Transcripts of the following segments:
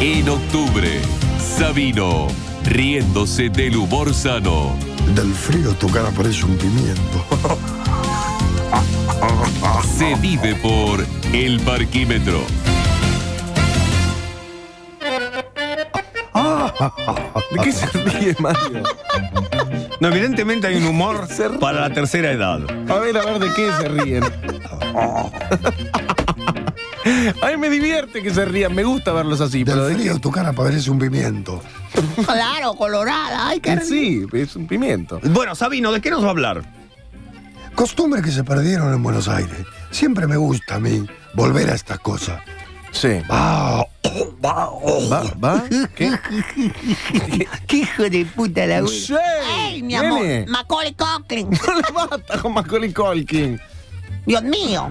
En octubre, Sabino, riéndose del humor sano. Del frío tu cara parece un pimiento. Se vive por El Parquímetro. ¿De qué se ríe, Mario? No, evidentemente hay un humor Se ríe. para la tercera edad. A ver, a ver, ¿de qué se ríen? A mí me divierte que se rían, me gusta verlos así, pero Del ¿de frío tu cara parece un pimiento. Claro, colorada, ay, qué? qué rico. Sí, es un pimiento. Bueno, Sabino, ¿de qué nos va a hablar? Costumbres que se perdieron en Buenos Aires. Siempre me gusta a mí volver a estas cosas. Sí. Ah, oh, va, oh. ¿Va? ¿Va? ¿Qué? Qué hijo de puta la Sí, güey. ¡Ey, mi amor! nene. Macaulay Culkin. No le basta con Macaulay Culkin. Dios mío.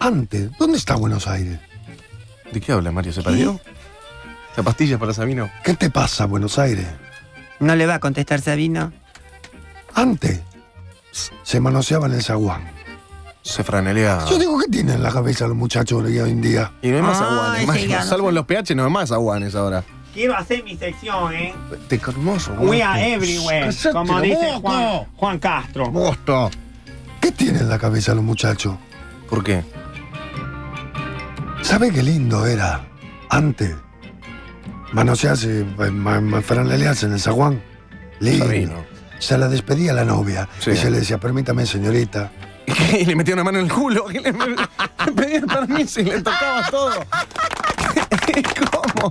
Antes, ¿dónde está Buenos Aires? ¿De qué habla, Mario? ¿Se perdió? ¿La pastilla para Sabino? ¿Qué te pasa, Buenos Aires? No le va a contestar Sabino. Antes, se manoseaban el zaguán. Se franelea. Yo digo, ¿qué tienen en la cabeza los muchachos de hoy en día? Y no hay más Ah, aguanes, ese Mario. ya no Salvo en los PH no hay más aguanes ahora. Quiero hacer mi sección, ¿eh? Te hermoso, We are everywhere, Cállate como la dice boca. Juan, Juan Castro. Bosta. ¿Qué tienen en la cabeza los muchachos? ¿Por qué? ¿Sabe qué lindo era? Antes, manosearse, ma- eh, ma- ma- franelearse en el zaguán. Lindo. Sabino. Se la despedía la novia Sí. y se le decía, permítame, señorita. Y le metía una mano en el culo. que le, le pedía permiso y le tocaba todo. ¿Cómo?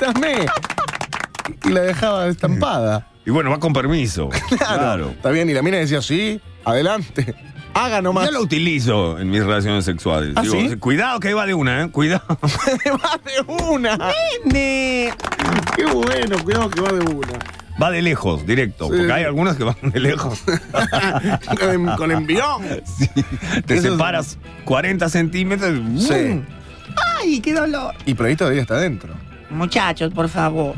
Permítame. Y la dejaba estampada. Y bueno, va con permiso. Está bien, y la mina decía, sí, adelante. Haga nomás. Yo lo utilizo en mis relaciones sexuales. ¿Ah, sí? Cuidado que ahí va de una, ¿eh? Cuidado. va de una. Qué bueno, cuidado que va de una. Va de lejos, directo. Sí. Porque hay algunas que van de lejos. con, en- con envión. Te Eso es- separas 40 centímetros. Mm. y- Sí. ¡Ay, qué dolor! Y pero ahí todavía está adentro. Muchachos, por favor.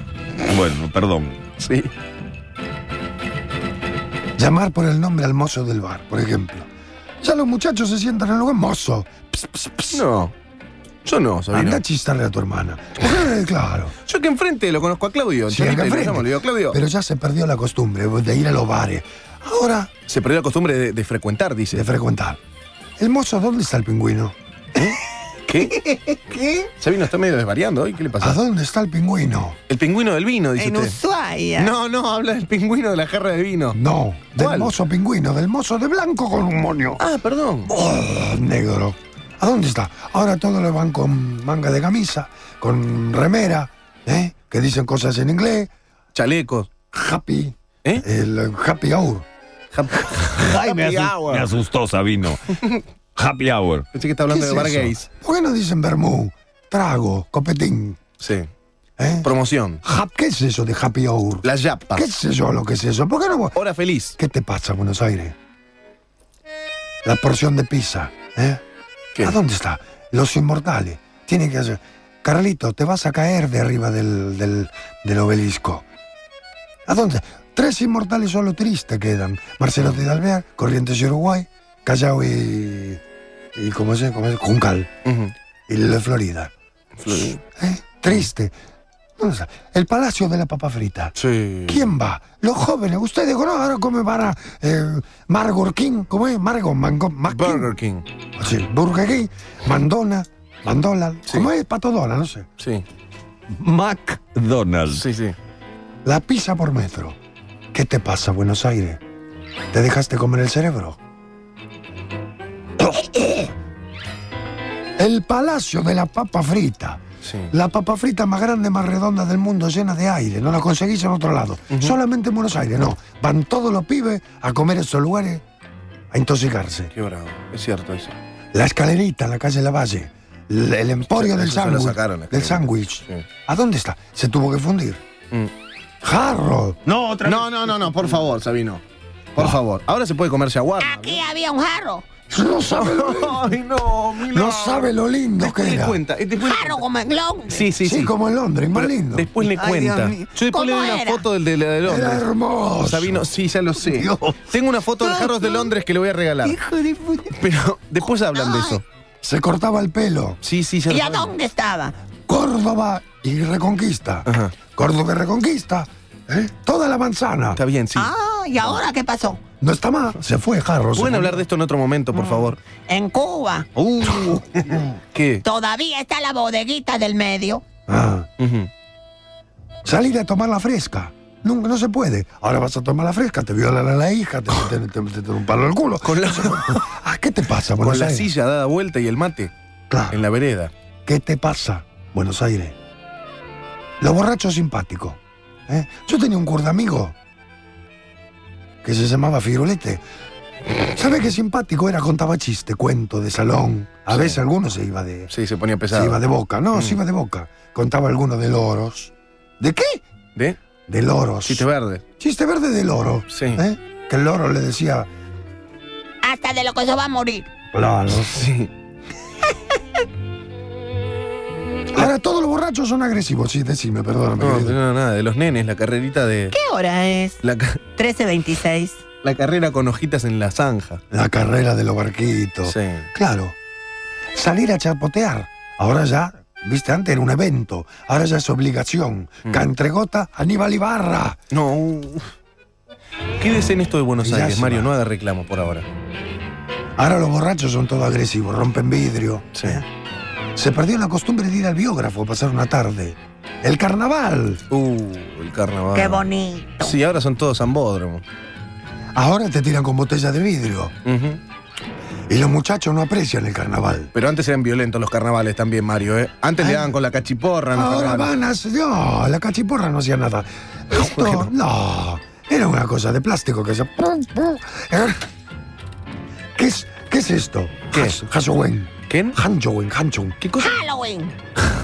Bueno, perdón. Sí. Llamar por el nombre al mozo del bar, por ejemplo. Ya los muchachos se sientan en el lugar, mozo. Ps, ps, ps. No. Yo no, Sabino. Anda a chistarle a tu hermana. Porque, claro. Yo que enfrente lo conozco a Claudio. Sí, acá Chavita, y lo enfrente. llamo, le digo, Claudio. Pero ya se perdió la costumbre de ir a los bares. Ahora, Se perdió la costumbre de, de frecuentar, dice. de frecuentar. El mozo, ¿dónde está el pingüino? ¿Qué? ¿Qué? Ah. Sabino está medio desvariando hoy. ¿Qué le ¿A pasa? dónde está el pingüino? El pingüino del vino, dice En usted. Ushuaia. No, no, habla del pingüino de la jarra de vino. No, del ¿Cuál? mozo pingüino, del mozo de blanco con un moño. Ah, perdón. Oh, negro. ¿A dónde está? Ahora todos lo van con manga de camisa, con remera, ¿eh? que dicen cosas en inglés. Chalecos. Happy. ¿Eh? El happy hour. Ay, me, Happy asus- hour. me asustó Sabino. Happy hour. Pensé que está hablando ¿Qué de es bar eso? gays. ¿Por qué no dicen vermú, trago, copetín? Sí. ¿eh? Promoción. Hap- ¿Qué es eso de happy hour? La yapa. ¿Qué sé yo lo que es eso? ¿Por qué no? Hora feliz. ¿Qué te pasa, Buenos Aires? La porción de pizza, ¿eh? ¿Qué? ¿A dónde está? Los inmortales. Tienen que hacer. Carlito, te vas a caer de arriba del, del, del obelisco. ¿A dónde? Tres inmortales solo tristes quedan. Marcelo de Alvear, Corrientes y Uruguay, Callao y. y ¿Cómo se ¿Cómo se Juncal. Ujú. Y la Florida. Flor- ¿Eh? Triste. ¿Dónde está? El Palacio de la Papa Frita. Sí. ¿Quién va? Los jóvenes. Ustedes conocen ahora come para eh, Margot King. ¿Cómo es? Margot Mango, Mac King. Burger King. Sí, Burger King. Mandona. Mandola. Sí. ¿Cómo es? Patodona, no sé. Sí. McDonald's. Sí, sí. La pizza por metro. ¿Qué te pasa, Buenos Aires? ¿Te dejaste comer el cerebro? El palacio de la papa frita. Sí. La papa frita más grande, más redonda del mundo, llena de aire. No la conseguís en otro lado. Solamente en Buenos Aires, no. Van todos los pibes a comer esos lugares, a intoxicarse. Qué bravo. Es cierto eso. La escalerita en la calle Lavalle. El, el emporio Sí, del eso se lo sándwich. sacaron, la Del escalerita. sándwich. Sí. ¿A dónde está? Se tuvo que fundir. Mm. ¡Jarro! No, otra No, no, no, no, por favor, Sabino. Por favor. Ahora se puede comer shawarma. Aquí había un jarro. No sabe lo lindo, Ay, no, mira. no sabe lo lindo que Después le era. cuenta. eh, Después le Jarro cuenta. como en Londres. Sí, sí, Sí, sí. como en Londres, más lindo. Después le Ay, cuenta. Dios mío. Yo después le doy ¿Cómo una era? foto del de, la de Era Londres. hermoso. Sabino, sí, ya lo sé. Tengo una foto del Jarros de Londres que le voy a regalar. Hijo de puta. Pero después hablan de Ay, eso. se cortaba el pelo. Sí, sí, ya ¿Y lo a sabemos. dónde estaba? Córdoba y Reconquista. Ajá. Córdoba y Reconquista. ¿eh? Toda la manzana. Está bien, sí. Ah, ¿y ahora qué pasó? No está más. Se fue, Jarro. se Pueden fue. hablar de esto en otro momento, Mm. por favor. En Cuba. Uh, ¿Qué? Todavía está la bodeguita del medio. Ah. Ujú. Salir a tomar la fresca. No, no se puede. Ahora vas a tomar la fresca, te violan a la hija, te meten te, meten un palo al culo. Con la, Ah, ¿Qué te pasa, Buenos con la Aires? silla dada vuelta y el mate Claro. en la vereda. ¿Qué te pasa, Buenos Aires? Lo borracho simpático. ¿eh? Yo tenía un curdamigo que se llamaba Firulete. ¿Sabes qué simpático era? Contaba chiste, cuento de salón. A Sí. veces alguno se iba de, Sí, se ponía se iba pesado. de boca. No, se Mm. iba de boca. Contaba alguno de loros. ¿De qué? ¿De? De loros. Chiste verde. Chiste verde de loro. Sí. ¿eh? Que el loro le decía. Hasta de lo que se va a morir. Claro. Sí. Ahora todos los borrachos son agresivos. Sí, decime, perdóname. No, querido. no, nada, de los nenes, la carrerita de. ¿Qué hora es? La, ca- 13.26. la carrera con hojitas en la zanja. La carrera de los barquitos. Sí. Claro. Salir a chapotear. Ahora ya, viste, antes era un evento. Ahora ya es obligación. Mm. Cantregota, Aníbal Ibarra. No. Quédese en esto de Buenos Ya Aires, se Mario, va. no haga reclamo por ahora. Ahora los borrachos son todos agresivos, rompen vidrio. ¿eh? Sí. Se perdió la costumbre de ir al biógrafo a pasar una tarde. El carnaval. Uh, el carnaval. Qué bonito. Sí, ahora son todos ambódromos. Ahora te tiran con botella de vidrio. Ujú. Y los muchachos no aprecian el carnaval. Pero antes eran violentos los carnavales también, Mario, ¿eh? Antes le Ay. daban con la cachiporra. en los Ahora carnavales. van a... No, la cachiporra no hacía nada. Esto, no. Era una cosa de plástico que se... ¿Eh? ¿Qué es, qué es esto? ¿Qué? Has- Halloween. ¿Quién? Halloween, Halloween. ¿Qué cosa? Halloween.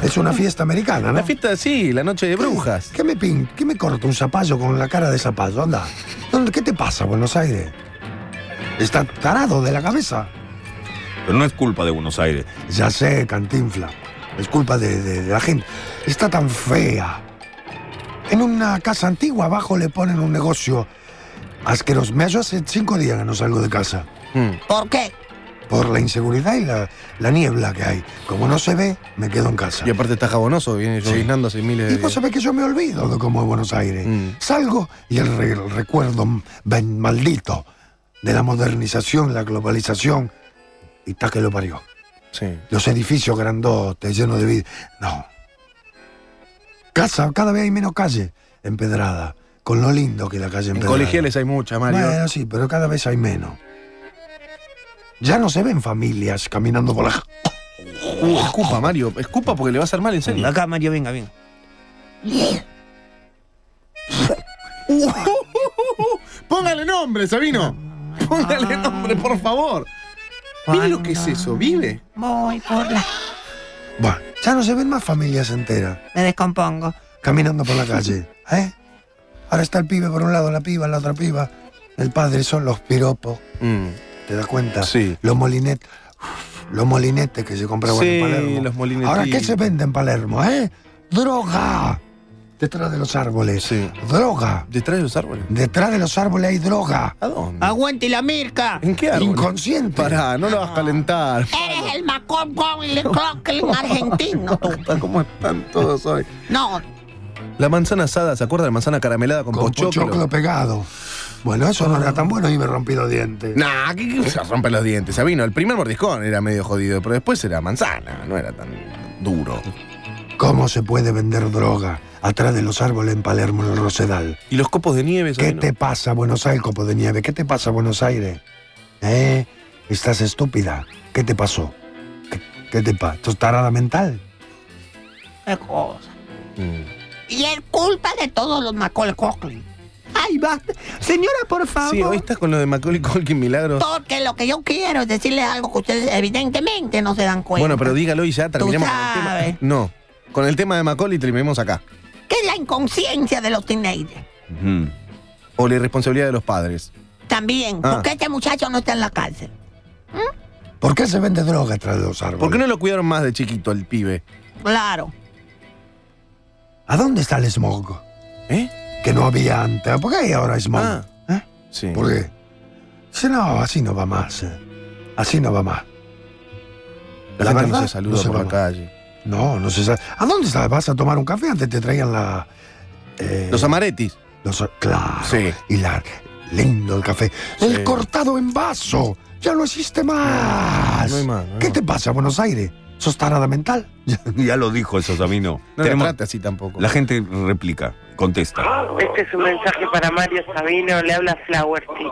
Es una fiesta americana, ¿no? La fiesta, sí, la noche de brujas. ¿Qué me pin? ¿Qué me corta un zapallo con la cara de zapallo? Anda. ¿Dónde- ¿Qué te pasa, Buenos Aires? Está tarado de la cabeza. Pero no es culpa de Buenos Aires. Ya sé, Cantinfla. Es culpa de, de- de la gente. Está tan fea. En una casa antigua abajo le ponen un negocio asqueroso. Me hallo hace cinco días que no salgo de casa. Mm. ¿Por qué? Por la inseguridad y la, la niebla que hay. Como no se ve, me quedo en casa. Y aparte está jabonoso, viene lloviznando hace miles de Y vos días. sabés que yo me olvido de cómo es Buenos Aires. Mm. Salgo y el, re- el recuerdo m- ven- maldito de la modernización, la globalización, y está que lo parió. Sí. Los edificios grandotes, llenos de vida. No. Casa, cada vez hay menos calle empedrada, con lo lindo que la calle En empedrada. colegiales hay mucha, Mario. Bueno, sí, pero cada vez hay menos. Ya no se ven familias caminando por la... Uh, escupa, Mario. Escupa porque le va a hacer mal, en serio. Acá, Mario, venga, venga. Póngale nombre, Sabino. Póngale nombre, por favor. Mire lo que es eso, vive. Voy por la... Bueno, ya no se ven más familias enteras. Me descompongo. caminando por la calle. ¿eh? Ahora está el pibe por un lado, la piba, la otra piba. El padre son los piropos, Mm. ¿te das cuenta? Sí. Los molinetes. Los molinetes que se compraban Sí, en Palermo. los molinetes. Ahora, ¿qué se vende en Palermo, eh? ¡Droga! Detrás de los árboles. Sí. ¡Droga! ¿Detrás de los árboles? Detrás de los árboles hay droga. ¿A dónde? Aguante la mirca. ¿En qué árbol? Inconsciente. Pará, no lo vas a calentar. Eres el Macón Goblin Crocklin argentino, tú. ¿Cómo están todos hoy? No, La manzana asada, ¿se acuerda de la manzana caramelada con, Con pochoclo? pochoclo pegado. Bueno, eso no era tan bueno y me rompí los dientes. Nah, que que se rompe los dientes, Sabino. El primer mordiscón era medio jodido, pero después era manzana, no era tan duro. ¿Cómo se puede vender droga atrás de los árboles en Palermo, en el Rosedal? ¿Y los copos de nieve, ¿Qué Sabino? te pasa, Buenos Aires, copo de nieve? ¿Qué te pasa, Buenos Aires? ¿Eh? ¿Estás estúpida? ¿Qué te pasó? ¿Qué, qué te pasa? ¿Estás tarada mental? qué cosa. Mm. Y es culpa de todos los Macol Crocklin. Ay, basta. Señora, por favor. Sí, hoy estás con lo de Macaulay Culkin Milagros. Porque lo que yo quiero es decirles algo que ustedes evidentemente no se dan cuenta. Bueno, pero dígalo y ya terminemos con el tema. sabes. No, con el tema de Macaulay terminemos acá. Que es la inconsciencia de los teenagers. Ujú. O la irresponsabilidad de los padres. También. Ah. Porque este muchacho no está en la cárcel. ¿Por qué se vende droga atrás de los árboles? ¿Por qué no lo cuidaron más de chiquito al pibe? Claro. ¿A dónde está el smog? ¿Eh? Que no había antes. ¿Por qué hay ahora smog? Ah, ¿Eh? sí. ¿Por qué? Dice, no, así no va más. eh. Así no va más. La gente verdad, no se saluda no se Eh, por la va. calle. No, no se sabe. ¿A dónde sa- vas a tomar un café? Antes te traían la. eh, Los amaretis. los- claro. Sí. Y la. Lindo el café. El cortado en vaso. Ya no existe más. No hay más, no hay ¿Qué más. te pasa, Buenos Aires? ¿Sos tarada mental? ya lo dijo eso, Sabino. No Tenemos- la trata así tampoco. la gente replica, contesta. Este es un mensaje para Mario Sabino, le habla Flowerty.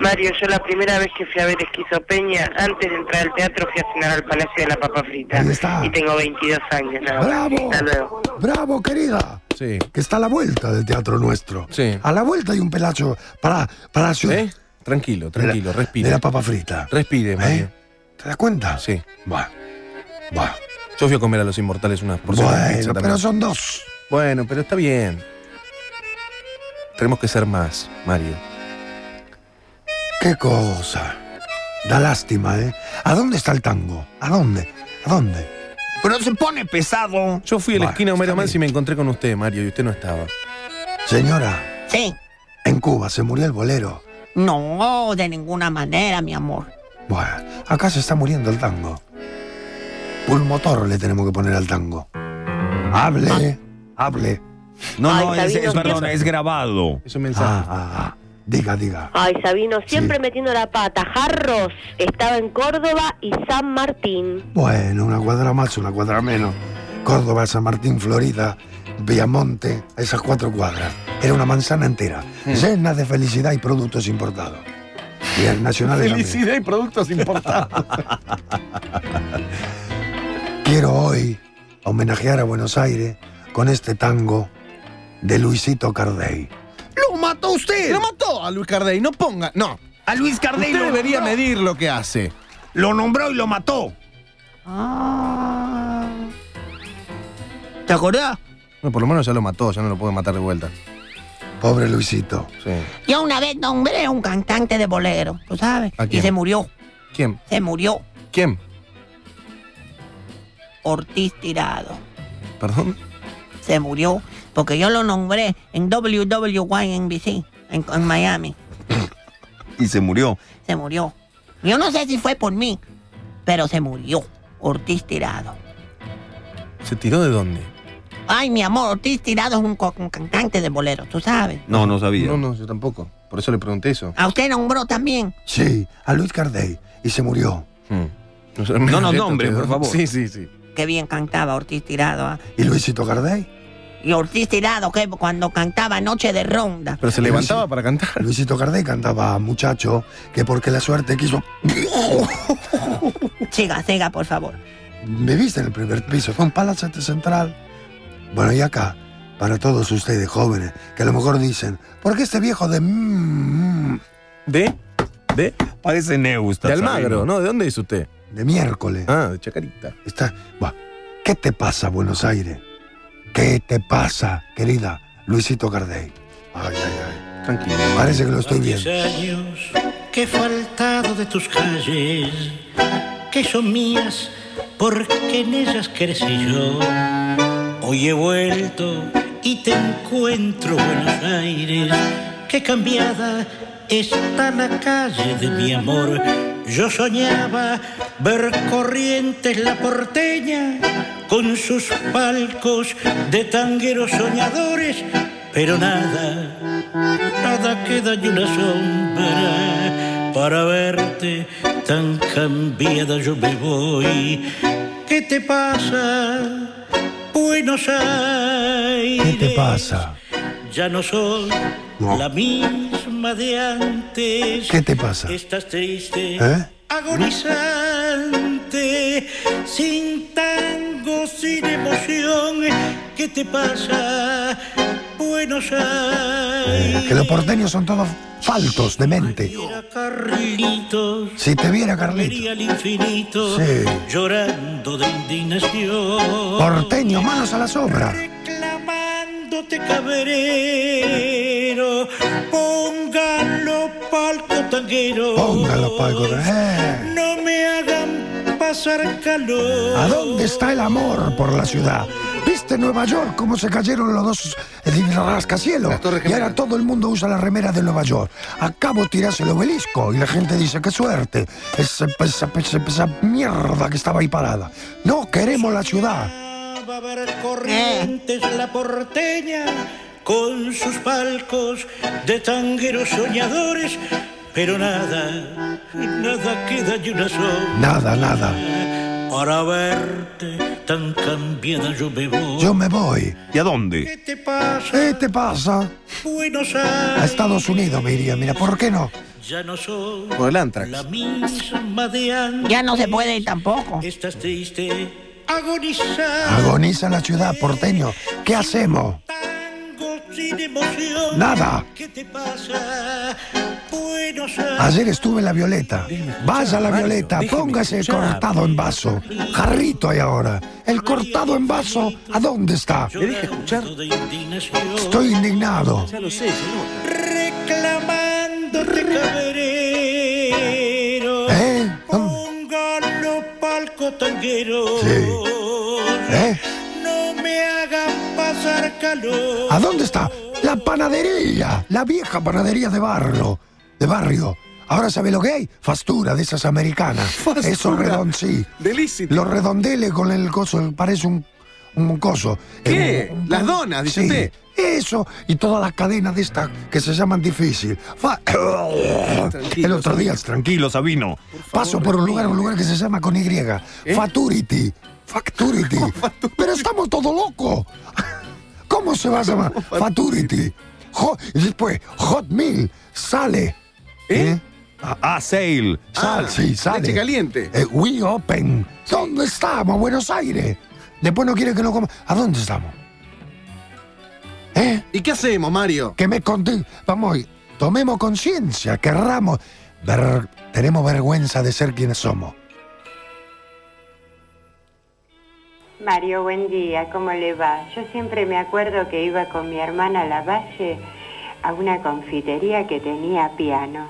Mario, yo la primera vez que fui a ver Esquizopeña, antes de entrar al teatro fui a cenar al Palacio de la Papa Frita. Ahí está. Y tengo 22 años. nada más. ¡Bravo! Hasta luego. ¡Bravo, querida! Sí. Que está a la vuelta del teatro nuestro. Sí. A la vuelta hay un pelacho para, para la ciudad. ¿Eh? Tranquilo, de la- tranquilo, respire. De la papa frita. Respire, Mario. ¿Eh? ¿Te das cuenta? Sí. Va. Va. Yo fui a comer a los inmortales unas porciones de pizza Bueno, también. pero son dos. Bueno, pero está bien. Tenemos que ser más, Mario. Qué cosa. Da lástima, ¿eh? ¿A dónde está el tango? ¿A dónde? ¿A dónde? Pero se pone pesado. Yo fui a la Bueno, esquina de Homero está Mansi y me encontré con usted, Mario, y usted no estaba. Señora, Sí. en Cuba se murió el bolero. No, de ninguna manera, mi amor. Bueno, acá se está muriendo el tango. Pulmotor le tenemos que poner al tango. Hable, hable. No, Ay, no, es, Sabino, es- ¿qué- perdón, es grabado. Es un mensaje. Ah, ah, ah. Diga, diga. Ay, Sabino, siempre metiendo la pata. Jarros estaba en Córdoba y San Martín. Bueno, una cuadra más, una cuadra menos. Córdoba, San Martín, Florida, Viamonte, esas cuatro cuadras. Era una manzana entera, llena de felicidad y productos importados. Y el Nacional de Felicidad y productos importados. Quiero hoy homenajear a Buenos Aires con este tango de Luisito Cardey. ¡Lo mató usted! ¡Lo mató a Luis Cardey! No ponga. No. A Luis Usted Cardeiro. debería medir lo que hace. Lo nombró y lo mató. Ah. ¿Te acordás? Bueno, por lo menos ya lo mató, ya no lo puede matar de vuelta. Pobre Luisito. Sí. Yo una vez nombré a un cantante de bolero, ¿tú sabes? ¿A Y quién? se murió, ¿Quién? se murió. ¿Quién? Ortiz Tirado. ¿Perdón? Se murió porque yo lo nombré en WWYNBC, en, en Miami. Y se murió. Se murió. Yo no sé si fue por mí, pero se murió. Ortiz Tirado. ¿Se tiró de dónde? Ay, mi amor, Ortiz Tirado es un, co- un cantante de bolero, ¿tú sabes? No, no sabía. No, no, yo tampoco. Por eso le pregunté eso. A usted nombró también. Sí, a Luis Cardey. Y se murió. Hmm. No, sé, No nos esto, nombre, pero- por favor. Sí, sí, sí. Qué bien cantaba Ortiz Tirado. ¿ah? ¿Y Luisito Cardey? Y Ortiz Tirado, que cuando cantaba Noche de Ronda. Pero se levantaba para cantar. Luisito Cardey cantaba muchacho que porque la suerte quiso... Siga, siga, por favor. me viste en el primer piso, fue un palacete central. Bueno, y acá, para todos ustedes jóvenes, que a lo mejor dicen, ¿por qué este viejo de... mm, mm, ¿De? ¿De? Parece Neusta. De Almagro, Sabino. ¿no? ¿De dónde es usted? de miércoles? Ah, de Chacarita. Está... Buah, ¿Qué te pasa, Buenos Aires? ¿Qué te pasa, querida Luisito Cardey? Ay, ay, Tranquilo. ay. Parece que lo estoy viendo. años que he faltado de tus calles, que son mías porque en ellas crecí yo. Hoy he vuelto y te encuentro, Buenos Aires, que cambiada está la calle de mi amor. Yo soñaba ver corrientes la porteña con sus palcos de tangueros soñadores, pero nada nada queda ni una sombra para verte tan cambiada yo me voy ¿qué te pasa Buenos ¿Qué Aires? te pasa? ya no soy No. la misma de antes ¿Qué te pasa? estás triste ¿Eh? agonizante, sin tango, sin emoción. ¿Qué te pasa, Buenos Aires? Eh, Que los porteños son todos faltos de mente. Mira, Carlitos. Si te viera, vería Carlito. al infinito Sí. llorando de indignación. Porteños, manos a las obras. Reclamándote caberero, pongan los palcos tangueros. Pongan los palcos. ¡Eh! No me hagan pasar calor. ¿A dónde está el amor por la ciudad? ¿Viste Nueva York cómo se cayeron los dos eh, rascacielos? Y ahora todo el mundo usa la remera de Nueva York. Acabo tirás el obelisco y la gente dice, qué suerte, esa, esa- esa- esa mierda que estaba ahí parada. No queremos la ciudad. Va a haber corrientes la porteña con sus palcos de tangueros soñadores, pero nada, nada queda de una sombra. Nada, nada. Para verte tan cambiada yo me voy. Yo me voy. ¿Y a dónde? ¿Qué te pasa, ¿Qué te pasa? Buenos A Aires? Estados Unidos me iría, mira, ¿por qué no? Ya no soy Por el Antrax. la misma de antes. Ya no se puede ir tampoco. Estás triste, agonizar Agoniza la ciudad, porteño. ¿Qué hacemos? sin emoción. Nada. ¿Qué te pasa, Buenos Aires? Ayer estuve en la Violeta. Vaya a la Mario, Violeta, póngase el cortado en vaso. Jarrito hay ahora. ¿El cortado en vaso a dónde está? escuchar. De indignación, Estoy indignado. lo sé, Reclamándote caberero. ¿Eh? Póngalo palco tanguero. ¿Eh? No me hagan pasar calor. ¿A dónde está? La panadería, la vieja panadería de barrio, de barrio. Ahora sabe lo que hay, fastura de esas americanas. Fastura. Eso redoncí. Delícito. Los redondeles con el coso, parece un, un coso. ¿Qué? Eh, un- un- Las donas, dice sí, usted. Eso, y todas las cadenas de estas que se llaman difícil. Fa- el otro día, Tranquilo, Sabino. paso por un lugar, un lugar que se llama con Y. ¿Eh? Faturity. Facturity. Pero estamos todos locos. ¿Cómo se va a llamar? Faturity. Jo- y después, Hotmail. Sale. ¿Eh? Ah, sale. Sal, sí, sale. leche caliente. Eh, we open. ¿Dónde estamos? Buenos Aires. Después no quiere que lo coma. ¿A dónde estamos? ¿Eh? ¿Y qué hacemos, Mario? Que me conté. Vamos, tomemos conciencia, querramos. Ver- tenemos vergüenza de ser quienes somos. Mario, buen día, ¿cómo le va? Yo siempre me acuerdo que iba con mi hermana a la valle a una confitería que tenía piano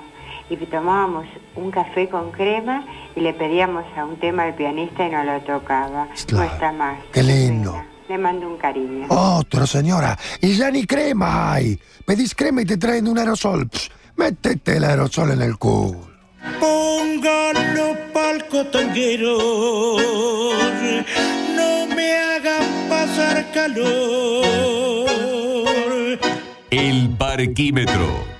y tomábamos un café con crema y le pedíamos a un tema al pianista y no lo tocaba. Claro. No está más. Qué lindo. Le mando un cariño. Otro, señora. Y ya ni crema hay. Pedís crema y te traen un aerosol. Psh, métete el aerosol en el culo. Póngalo palco tanguero. No me hagan pasar calor. El parquímetro.